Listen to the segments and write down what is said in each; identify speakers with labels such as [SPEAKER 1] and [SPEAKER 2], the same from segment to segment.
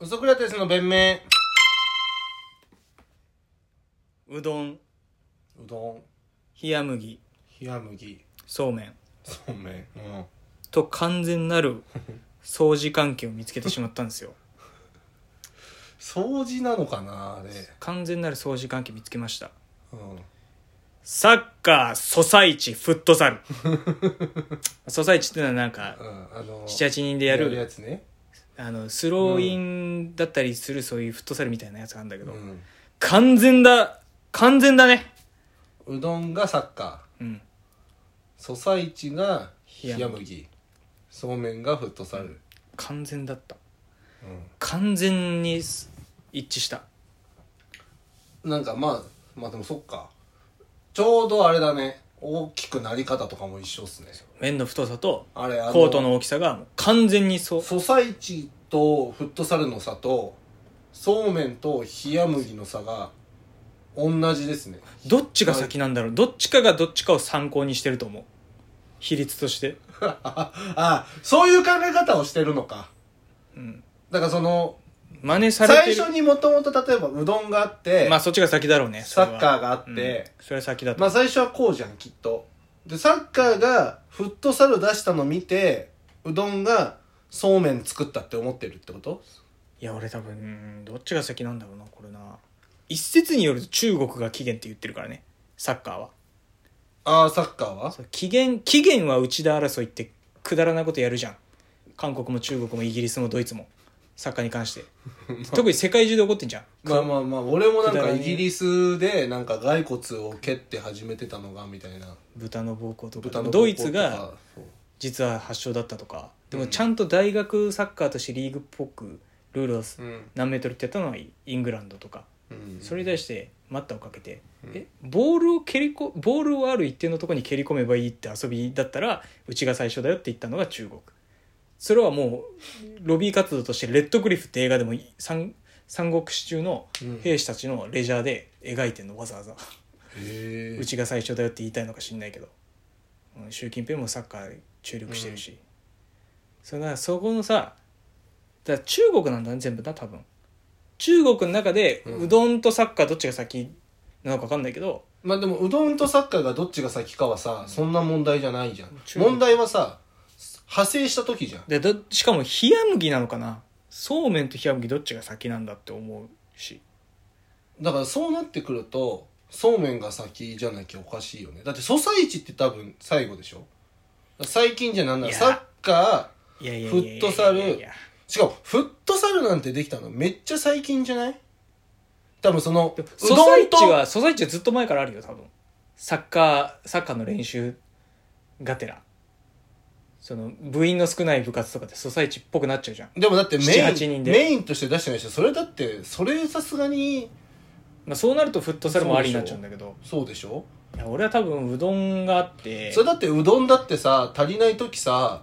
[SPEAKER 1] ウソクラテスの弁明
[SPEAKER 2] うどん
[SPEAKER 1] うどん
[SPEAKER 2] 冷麦
[SPEAKER 1] 冷麦
[SPEAKER 2] そうめん
[SPEAKER 1] そうめんうん
[SPEAKER 2] と完全 なる掃除関係を見つけてしまったんですよ
[SPEAKER 1] 掃除なのかなあれ
[SPEAKER 2] 完全なる掃除関係見つけました
[SPEAKER 1] うん
[SPEAKER 2] サッカーソサイチフット サルソサイチってのはなんか
[SPEAKER 1] うんあの
[SPEAKER 2] 78人でやる
[SPEAKER 1] やつね
[SPEAKER 2] あのスローインだったりするそういうフットサルみたいなやつがあるんだけ
[SPEAKER 1] う
[SPEAKER 2] ど、
[SPEAKER 1] ん
[SPEAKER 2] 完全だ完全だね
[SPEAKER 1] うどんがサッカー
[SPEAKER 2] うん
[SPEAKER 1] ソサイチが冷
[SPEAKER 2] 冷
[SPEAKER 1] 麦そうめんがフットサル、
[SPEAKER 2] 完全だった
[SPEAKER 1] う
[SPEAKER 2] 完全にす一致した
[SPEAKER 1] ん、なんかまあまあでもそっかちょうどあれだね大きくなり方とかも一緒っすね
[SPEAKER 2] 面の太さと
[SPEAKER 1] あれあ
[SPEAKER 2] コートの大きさがもう完全にそう
[SPEAKER 1] ソサイチとフットサルの差とそうめんと冷麦の差が同じですね
[SPEAKER 2] どっちが先なんだろうどっちかがどっちかを参考にしてると思う比率として
[SPEAKER 1] ああそういう考え方をしてるのか
[SPEAKER 2] うん
[SPEAKER 1] だからその
[SPEAKER 2] 真似され
[SPEAKER 1] 最
[SPEAKER 2] てる
[SPEAKER 1] 初にもともと例えばうどんがあって、
[SPEAKER 2] まあそっちが先だろうね
[SPEAKER 1] サッカ
[SPEAKER 2] ー
[SPEAKER 1] ーがあって、
[SPEAKER 2] それは先だと
[SPEAKER 1] まあ最初はこうじゃんきっとでサッカーがフットサル出したの見てうどんがそうめん作ったって思ってるってこと
[SPEAKER 2] いや俺多分うんどっちが先なんだろうなこれな一説によると中国が起源って言ってるからねサッカーは
[SPEAKER 1] ああサッカーは
[SPEAKER 2] そう起源起源は内田争いってくだらないことやるじゃん韓国も中国もイギリスもドイツもサッカーに関 して特に世界中で起こってんじゃん
[SPEAKER 1] まあまあまあ俺もなん
[SPEAKER 2] くだ
[SPEAKER 1] から
[SPEAKER 2] ね
[SPEAKER 1] イギリスでなんか骸骨を蹴って始めてたのがみたいな
[SPEAKER 2] 豚の暴行とか
[SPEAKER 1] 豚の
[SPEAKER 2] ドイツ
[SPEAKER 1] 膀
[SPEAKER 2] が
[SPEAKER 1] 胱とかそう
[SPEAKER 2] 実は発祥だったとかでもちゃんと大学サッカーとしてリーグっぽくルールをす
[SPEAKER 1] うん
[SPEAKER 2] 何メートルってやったのはイングランドとか
[SPEAKER 1] うん
[SPEAKER 2] それに
[SPEAKER 1] で
[SPEAKER 2] 対して待ったをかけて、
[SPEAKER 1] うん
[SPEAKER 2] えボールを蹴りこボールをある一定のところに蹴り込めばいいって遊びだったらうちが最初だよって言ったのが中国それはもうロビー活動としてレッドクリフって映画でもい三三国志中の兵士たちのレジャーで描いてんのわざわざ、
[SPEAKER 1] へ
[SPEAKER 2] うちが最初だよって言いたいのか知んないけど、うん習近平もサッカー注力してるし、それだからそこのさだから中国なんだね全部な多分中国の中で
[SPEAKER 1] うん
[SPEAKER 2] うどんとサッカーどっちが先なのか分かんないけど、
[SPEAKER 1] まあでもうどんとサッカーがどっちが先かはさそんな問題じゃないじゃん
[SPEAKER 2] 中国
[SPEAKER 1] 問題はさ派生した時じゃん
[SPEAKER 2] でどしかも冷麦なのかなそうめんと冷麦どっちが先なんだって思うし
[SPEAKER 1] だからそうなってくるとそうめんが先じゃなきゃおかしいよねだってソサイチって多分最後でしょ最近じゃなんなら
[SPEAKER 2] いや
[SPEAKER 1] サッカ
[SPEAKER 2] いやいやい
[SPEAKER 1] フ
[SPEAKER 2] や
[SPEAKER 1] ットサル
[SPEAKER 2] いやいやいや
[SPEAKER 1] ーしかもフットサルなんてできたのめっちゃ最近じゃない多分その
[SPEAKER 2] でも
[SPEAKER 1] う
[SPEAKER 2] ソサ
[SPEAKER 1] ど
[SPEAKER 2] イ
[SPEAKER 1] んと
[SPEAKER 2] チはソサイチはずっと前からあるよ多分サッカーサッカーの練習がてらその部員の少ない部活とかでソサイチっぽくなっちゃうじゃん、
[SPEAKER 1] でもだってメ
[SPEAKER 2] 7 8
[SPEAKER 1] イ
[SPEAKER 2] 人
[SPEAKER 1] ン
[SPEAKER 2] で
[SPEAKER 1] メインとして出してないしそれだってそれさすがに
[SPEAKER 2] まあ、そうなるとフットサルもありになっちゃうんだけど
[SPEAKER 1] そうでしょ、
[SPEAKER 2] いや俺は多分うどんがあって
[SPEAKER 1] それだってうどんだってさ足りない時さ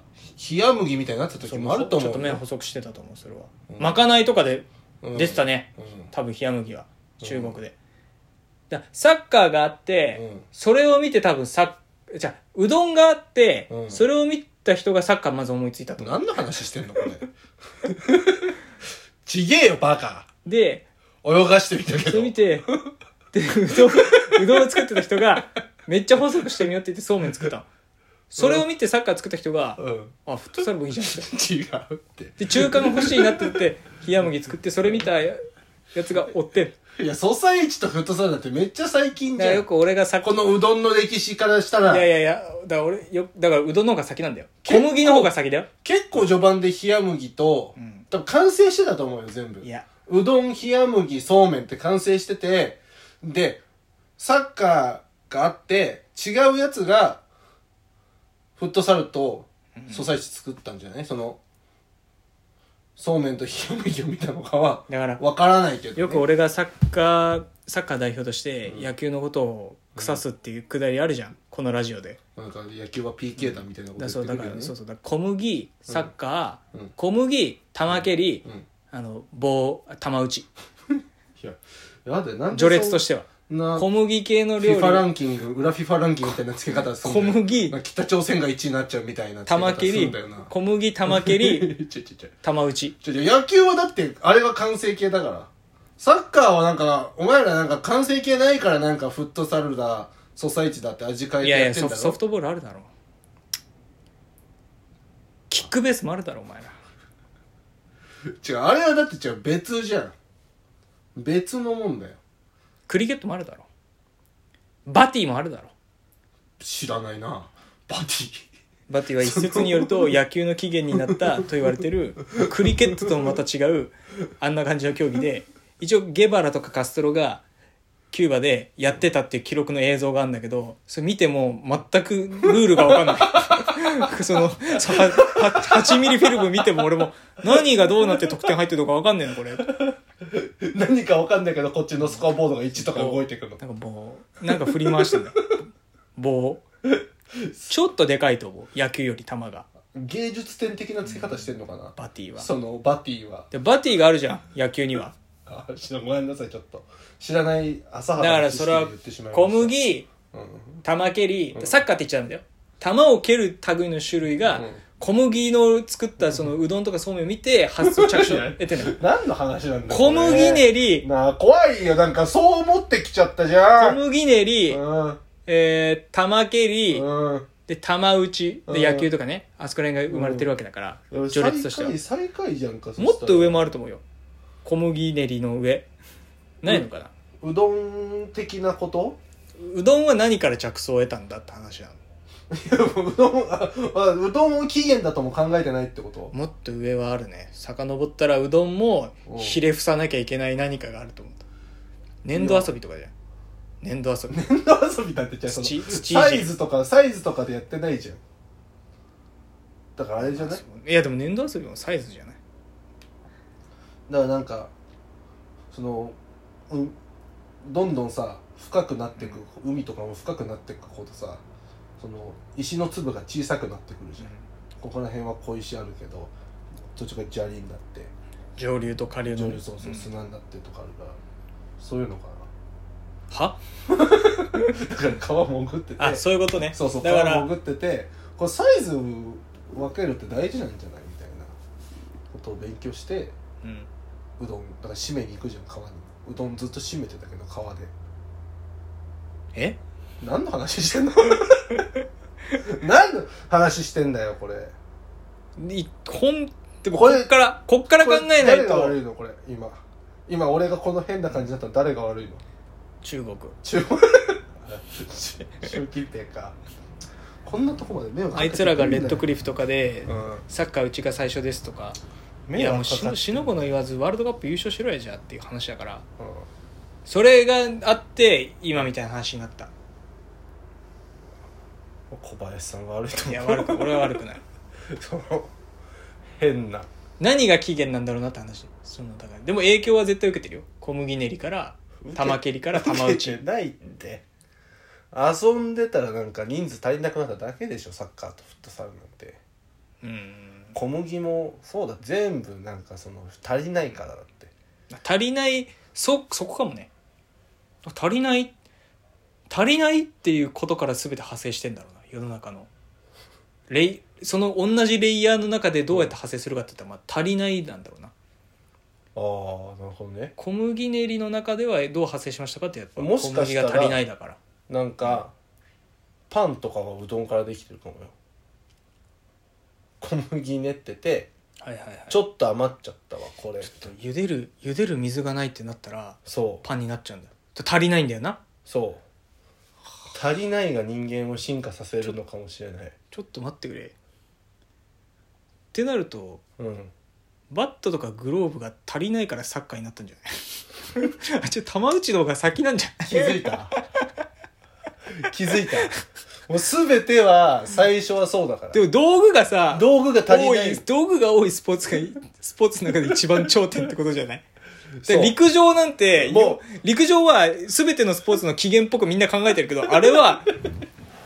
[SPEAKER 1] 冷麦みたいになってた
[SPEAKER 2] そ
[SPEAKER 1] 時
[SPEAKER 2] う
[SPEAKER 1] もあると思
[SPEAKER 2] ちょっと
[SPEAKER 1] う
[SPEAKER 2] 麺
[SPEAKER 1] よ
[SPEAKER 2] 細くしてたと思うそれは、
[SPEAKER 1] うん
[SPEAKER 2] まかないとかで
[SPEAKER 1] うん
[SPEAKER 2] 出てたね、
[SPEAKER 1] うん
[SPEAKER 2] 多分冷麦は中国で、だサッカーがあって、
[SPEAKER 1] うん
[SPEAKER 2] それを見て多分サッじゃあうどんがあって、
[SPEAKER 1] うん
[SPEAKER 2] それを見た人がサッカーまず思いついたと思う
[SPEAKER 1] 何の話してんのこれ ちげえよバカ
[SPEAKER 2] で
[SPEAKER 1] 泳がしてみたけ
[SPEAKER 2] それ
[SPEAKER 1] ど
[SPEAKER 2] 見て、で、うどん、うどんを作ってた人が、めっちゃ細くしてみようって言ってそうめん作ったの。それを見てサッカー作った人が、
[SPEAKER 1] うん、違う
[SPEAKER 2] あ、フットサルもいいじゃんって。
[SPEAKER 1] って
[SPEAKER 2] で、中華が欲しいなって言って、冷麦作って、それ見たやつが追ってん。
[SPEAKER 1] いやソサイチとフットサルだってめっちゃ最近
[SPEAKER 2] だ
[SPEAKER 1] じ
[SPEAKER 2] から
[SPEAKER 1] ゃ
[SPEAKER 2] よ
[SPEAKER 1] ん
[SPEAKER 2] く俺がさ
[SPEAKER 1] このうどんの歴史からしたら
[SPEAKER 2] いやいやいや、だから俺、よ、だからうどんの方が先なんだよ。小麦の方が先だよ。
[SPEAKER 1] 結構序盤で冷麦と、
[SPEAKER 2] うん
[SPEAKER 1] 多分完成してたと思うよ全部
[SPEAKER 2] いや、
[SPEAKER 1] うどん冷麦そうめんって完成しててでサッカーがあって違うやつがフットサルとソサイチ作ったんじゃない、そのそうめんと冷麦を見たのかは
[SPEAKER 2] だから、
[SPEAKER 1] わからないけど、ね、
[SPEAKER 2] よく俺がサッカー、サッカー代表として野球のことを腐すっていうくだりあるじゃん。このラジオで。
[SPEAKER 1] なんか野球は PK だみたいなこと
[SPEAKER 2] だ
[SPEAKER 1] 言
[SPEAKER 2] そう
[SPEAKER 1] って
[SPEAKER 2] だ
[SPEAKER 1] く
[SPEAKER 2] か
[SPEAKER 1] るよ
[SPEAKER 2] ら
[SPEAKER 1] ね
[SPEAKER 2] そうそうだから小麦サッカー、
[SPEAKER 1] うん
[SPEAKER 2] 小麦玉蹴り、
[SPEAKER 1] うん
[SPEAKER 2] あの棒玉打ち
[SPEAKER 1] いややだよなんで
[SPEAKER 2] 序列と
[SPEAKER 1] し
[SPEAKER 2] しては
[SPEAKER 1] な
[SPEAKER 2] 小麦系の
[SPEAKER 1] フィ
[SPEAKER 2] 料
[SPEAKER 1] ファラ
[SPEAKER 2] 理
[SPEAKER 1] ンキング裏フィファランキングみたいな付け方すんだ
[SPEAKER 2] 小
[SPEAKER 1] よ
[SPEAKER 2] 麦
[SPEAKER 1] なんか北朝鮮が1位になっちゃうみたいな付け
[SPEAKER 2] 玉
[SPEAKER 1] 方
[SPEAKER 2] 蹴
[SPEAKER 1] するん
[SPEAKER 2] り
[SPEAKER 1] だよな
[SPEAKER 2] 小麦玉 蹴り
[SPEAKER 1] ちょちょちょ
[SPEAKER 2] 玉打ち
[SPEAKER 1] ちょちょ野球はだってあれが完成形だからサッカーはなんかお前らなんか完成形ないからなんかフットサルだソサイチだって味変え
[SPEAKER 2] い
[SPEAKER 1] て
[SPEAKER 2] やい
[SPEAKER 1] やっ
[SPEAKER 2] や
[SPEAKER 1] てんだろ
[SPEAKER 2] ソフソフトボールあるだろキックベースもあるだろお前ら
[SPEAKER 1] 違うあれはだって違う別じゃん別のもんだよ
[SPEAKER 2] クリケットもあるだろバティもあるだろ
[SPEAKER 1] 知らないなバディ
[SPEAKER 2] バティは一説によると野球の起源になったと言われてるクリケットともまた違うあんな感じの競技で一応ゲバラとかカストロがキューバでやってたっていう記録の映像があるんだけどそれ見ても全くルールが分かんない そのそはは8ミリフィルム見ても俺も何がどうなって得点入ってるのか分かんねえのこれ
[SPEAKER 1] 何かわかんないけどこっちのスコアボードが1とか動いてくるの
[SPEAKER 2] なんか棒なんか振り回してる棒ちょっとでかいと思う野球より球が
[SPEAKER 1] 芸術点的な付け方してんのかな、
[SPEAKER 2] バティは
[SPEAKER 1] そのバティは
[SPEAKER 2] でバティがあるじゃん野球には
[SPEAKER 1] あ知らごめんなさいちょっと知らない浅は
[SPEAKER 2] だからそれは小麦玉蹴りサッカーって言っちゃダメだよ玉を蹴る類の種類が
[SPEAKER 1] うん
[SPEAKER 2] 小麦の作ったそのうどんとかそうめんを見て発想着
[SPEAKER 1] い
[SPEAKER 2] 想
[SPEAKER 1] や
[SPEAKER 2] 得てない
[SPEAKER 1] 何の話なんだ
[SPEAKER 2] 小麦
[SPEAKER 1] ね
[SPEAKER 2] 練り
[SPEAKER 1] なあ怖いよなんかそう思ってきちゃったじゃ
[SPEAKER 2] 小
[SPEAKER 1] ん
[SPEAKER 2] 麦練り、
[SPEAKER 1] うん
[SPEAKER 2] えー玉蹴り、
[SPEAKER 1] うん
[SPEAKER 2] で玉打ちで
[SPEAKER 1] うん
[SPEAKER 2] 野球とかねあそこら辺が生まれてるわけだから、序
[SPEAKER 1] 最
[SPEAKER 2] 列として
[SPEAKER 1] 下
[SPEAKER 2] は
[SPEAKER 1] 位最下位じゃんか
[SPEAKER 2] もっと上
[SPEAKER 1] も
[SPEAKER 2] もあると思うよ小麦練りの上ないのかな、
[SPEAKER 1] うどん的なこと
[SPEAKER 2] うどんは何から着想を得たんだって話なの
[SPEAKER 1] いやもううどんああうどんを起源だとも考えてないってこと
[SPEAKER 2] もっと上はあるね遡ったらうどんもひれ伏さなきゃいけない何かがあると思った粘土遊びとかじゃん粘土遊び
[SPEAKER 1] 粘土遊びだってじゃあその
[SPEAKER 2] 土土いじり
[SPEAKER 1] サイズとかサイズとかでやってないじゃんだからあれじゃない
[SPEAKER 2] いやでも粘土遊びもサイズじゃない
[SPEAKER 1] だからなんかそのうどんどんさ深くなってく、海とかも深くなってくほどさその石の粒が小さくなってくるじゃん、ここら辺は小石あるけど途中が砂利になって
[SPEAKER 2] 上流と下流の
[SPEAKER 1] 上流そうそう砂になってとかあるから、そういうのか
[SPEAKER 2] は
[SPEAKER 1] なだから川潜ってて
[SPEAKER 2] あそういうことね
[SPEAKER 1] そうそう
[SPEAKER 2] だか
[SPEAKER 1] 川
[SPEAKER 2] ら
[SPEAKER 1] 潜っててこれサイズ分けるって大事なんじゃないみたいなことを勉強して
[SPEAKER 2] うん
[SPEAKER 1] うどんだから締めに行くじゃん川にうどんずっと締めてたけど川で
[SPEAKER 2] え
[SPEAKER 1] 何の話してんの 何の話してんだよこれ
[SPEAKER 2] いほんでも
[SPEAKER 1] こ
[SPEAKER 2] こ
[SPEAKER 1] れ
[SPEAKER 2] っからこっから考えな
[SPEAKER 1] これ
[SPEAKER 2] い
[SPEAKER 1] 誰が悪
[SPEAKER 2] と
[SPEAKER 1] いのこれ今今俺がこの変な感じだったら誰が悪いの
[SPEAKER 2] 中国
[SPEAKER 1] 中 国習近平かこんなとこまで目を
[SPEAKER 2] あいつらがレッドク
[SPEAKER 1] リ
[SPEAKER 2] リフとかで
[SPEAKER 1] うん
[SPEAKER 2] サッカーうちが最初ですとかい
[SPEAKER 1] 迷
[SPEAKER 2] や
[SPEAKER 1] 惑
[SPEAKER 2] も
[SPEAKER 1] か
[SPEAKER 2] う
[SPEAKER 1] かって
[SPEAKER 2] しのしのこの言わずワールドカップ優勝しろやじゃあっていう話だから
[SPEAKER 1] うん
[SPEAKER 2] それがあって今みたいな話になった
[SPEAKER 1] 小林さんが悪いと思う
[SPEAKER 2] いや悪 く俺は悪くない
[SPEAKER 1] その変な
[SPEAKER 2] 何が起源なんだろうなって話そのだからでも影響は絶対受けてるよ小麦練りから玉蹴りから玉打
[SPEAKER 1] 受け
[SPEAKER 2] ち
[SPEAKER 1] てないって遊んでたらなんか人数足りなくなっただけでしょサッカーとフットサルなんて
[SPEAKER 2] うん
[SPEAKER 1] 小麦もそうだ全部なんかその足りないからだって
[SPEAKER 2] 足りないそそこかもね足りない足りないっていうことから全て派生してんだろうな世の中のレイその同じレイヤーの中でどうやって派生するかって言ったら、まあ、足りないなんだろうな
[SPEAKER 1] ああなるほどね
[SPEAKER 2] 小麦練りの中ではどう派生しましたかってやっぱ
[SPEAKER 1] も
[SPEAKER 2] 小
[SPEAKER 1] しか
[SPEAKER 2] 麦
[SPEAKER 1] したら
[SPEAKER 2] が足りないだから
[SPEAKER 1] なんかパンとかはうどんからできてるかもよ小麦練ってて
[SPEAKER 2] はいはいはい
[SPEAKER 1] ちょっと余っちゃったわこれ
[SPEAKER 2] 茹でる茹でる水がないってなったら
[SPEAKER 1] そう
[SPEAKER 2] パンになっちゃうんだよ足りないんだよな
[SPEAKER 1] そう足りないが人間を進化させるのかもしれない
[SPEAKER 2] ちょっと待ってくれってなると
[SPEAKER 1] うん
[SPEAKER 2] バットとかグローブが足りないからサッカーになったんじゃない あちょっと球打ちの方が先なんじゃない
[SPEAKER 1] 気づいた 気づいたもう全ては最初はそうだから
[SPEAKER 2] でも道具がさ
[SPEAKER 1] 道具が足り
[SPEAKER 2] 多
[SPEAKER 1] ない
[SPEAKER 2] い道具が多いスポーツがスポーツの中で一番頂点ってことじ ゃないで
[SPEAKER 1] そう
[SPEAKER 2] 陸上なんて
[SPEAKER 1] も
[SPEAKER 2] 陸上は全てのスポーツの起源っぽくみんな考えてるけどあれは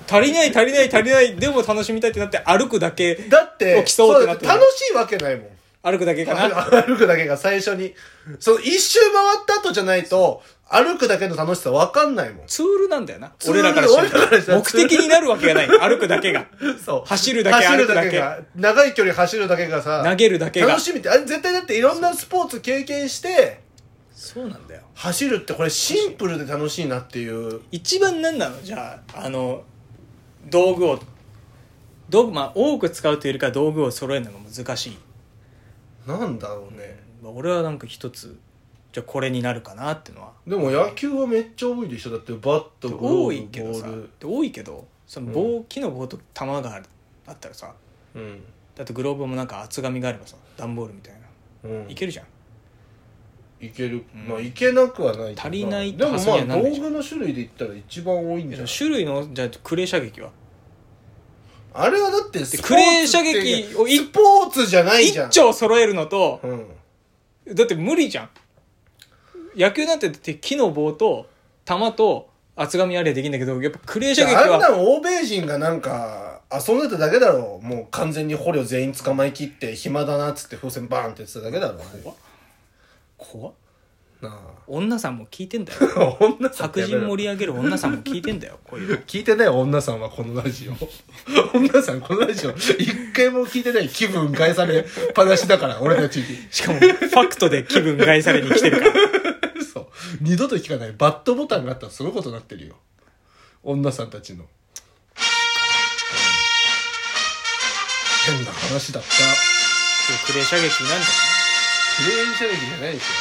[SPEAKER 2] 足りない足りない足りないでも楽しみたいってなって歩くだけ
[SPEAKER 1] だって
[SPEAKER 2] 起きそうってなってる
[SPEAKER 1] そうだって楽しいわけないもん
[SPEAKER 2] 歩くだけかな
[SPEAKER 1] 歩くだけが最初に。その一周回った後じゃないと、歩くだけの楽しさわかんないもん。
[SPEAKER 2] ツールなんだよな
[SPEAKER 1] ツール
[SPEAKER 2] 俺らからした
[SPEAKER 1] 俺らからした
[SPEAKER 2] ら
[SPEAKER 1] ら
[SPEAKER 2] 目的になるわけがない歩くだ けが
[SPEAKER 1] そう
[SPEAKER 2] 走るだけ
[SPEAKER 1] 走
[SPEAKER 2] 歩
[SPEAKER 1] るだ
[SPEAKER 2] くだ
[SPEAKER 1] け
[SPEAKER 2] け
[SPEAKER 1] が。長い距離走るだけがさ、
[SPEAKER 2] 投げるだけが
[SPEAKER 1] 楽しみって、あれ絶対だっていろんなスポーツ経験して、
[SPEAKER 2] そうなんだよ
[SPEAKER 1] 走るってこれシンプルで楽しいなっていう。
[SPEAKER 2] 一番何なのじゃああの道具を道具まあ多く使うというよりか道具を揃えるのが難しい
[SPEAKER 1] なんだろうね。
[SPEAKER 2] まあ俺はなんか一つじゃあこれになるかなっていうのは
[SPEAKER 1] でも野球はめっちゃ多いでしょだってバット、グローブ
[SPEAKER 2] 多いけどさ
[SPEAKER 1] ボール。
[SPEAKER 2] で多いけどその棒、木の棒と球があるあったらさ
[SPEAKER 1] うん。
[SPEAKER 2] だってグローブもなんか厚紙があればさ段ボールみたいな、
[SPEAKER 1] うん、
[SPEAKER 2] いけるじゃん
[SPEAKER 1] いける、
[SPEAKER 2] うん
[SPEAKER 1] まあいけなくはないけど
[SPEAKER 2] 足りない
[SPEAKER 1] でも
[SPEAKER 2] 足り
[SPEAKER 1] ま
[SPEAKER 2] な
[SPEAKER 1] あ
[SPEAKER 2] い
[SPEAKER 1] 道具の種類で言ったら一番多いんじゃない
[SPEAKER 2] 種類のじゃあクレー射撃は
[SPEAKER 1] あれはだってスポーツ
[SPEAKER 2] クレー射撃を一
[SPEAKER 1] スポーツじゃないじゃん
[SPEAKER 2] 一丁揃えるのと
[SPEAKER 1] うん
[SPEAKER 2] だって無理じゃん野球なんてだって木の棒と球と厚紙あればできんだけどやっぱクレー射撃
[SPEAKER 1] あんな
[SPEAKER 2] は
[SPEAKER 1] ん欧米人がなんか遊んでただけだろもう完全に捕虜全員捕まえきって暇だなっつって風船バーンってやってただけだろ
[SPEAKER 2] 怖っ
[SPEAKER 1] な
[SPEAKER 2] 女さんも聞いてんだよ
[SPEAKER 1] あ 女さんってや
[SPEAKER 2] 白
[SPEAKER 1] めろ
[SPEAKER 2] 人盛り上げる女さんも聞いてんだよこういうの
[SPEAKER 1] 聞いてない女さんはこのラジオ 女さんこのラジオ一回も聞いてない気分返されっぱなしだから俺たちに
[SPEAKER 2] しかもファクトで気分害されに来てるから
[SPEAKER 1] そう二度と聞かないバットボタンがあったらすごいことになってるよ女さんたちの、うん変な話だった
[SPEAKER 2] クレー射撃なんだ
[SPEAKER 1] クレーン射撃じゃないですよ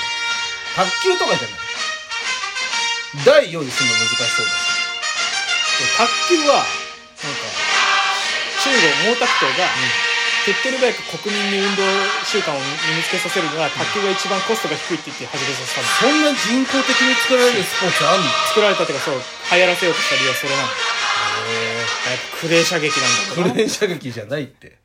[SPEAKER 1] 卓球とかじゃない第4位するの難しそうだし
[SPEAKER 2] 卓球はなんか中国毛沢東が、手っ取り早く国民に運動習慣を身につけさせるには卓球が一番コストが低いって言って始めさせたんだ
[SPEAKER 1] そんな人工的に作られるスポーツあんの
[SPEAKER 2] 作られたっていうかそう流行らせようとした理由はそれなんだやっぱクレー射撃なんだ
[SPEAKER 1] クレーン射撃じゃないって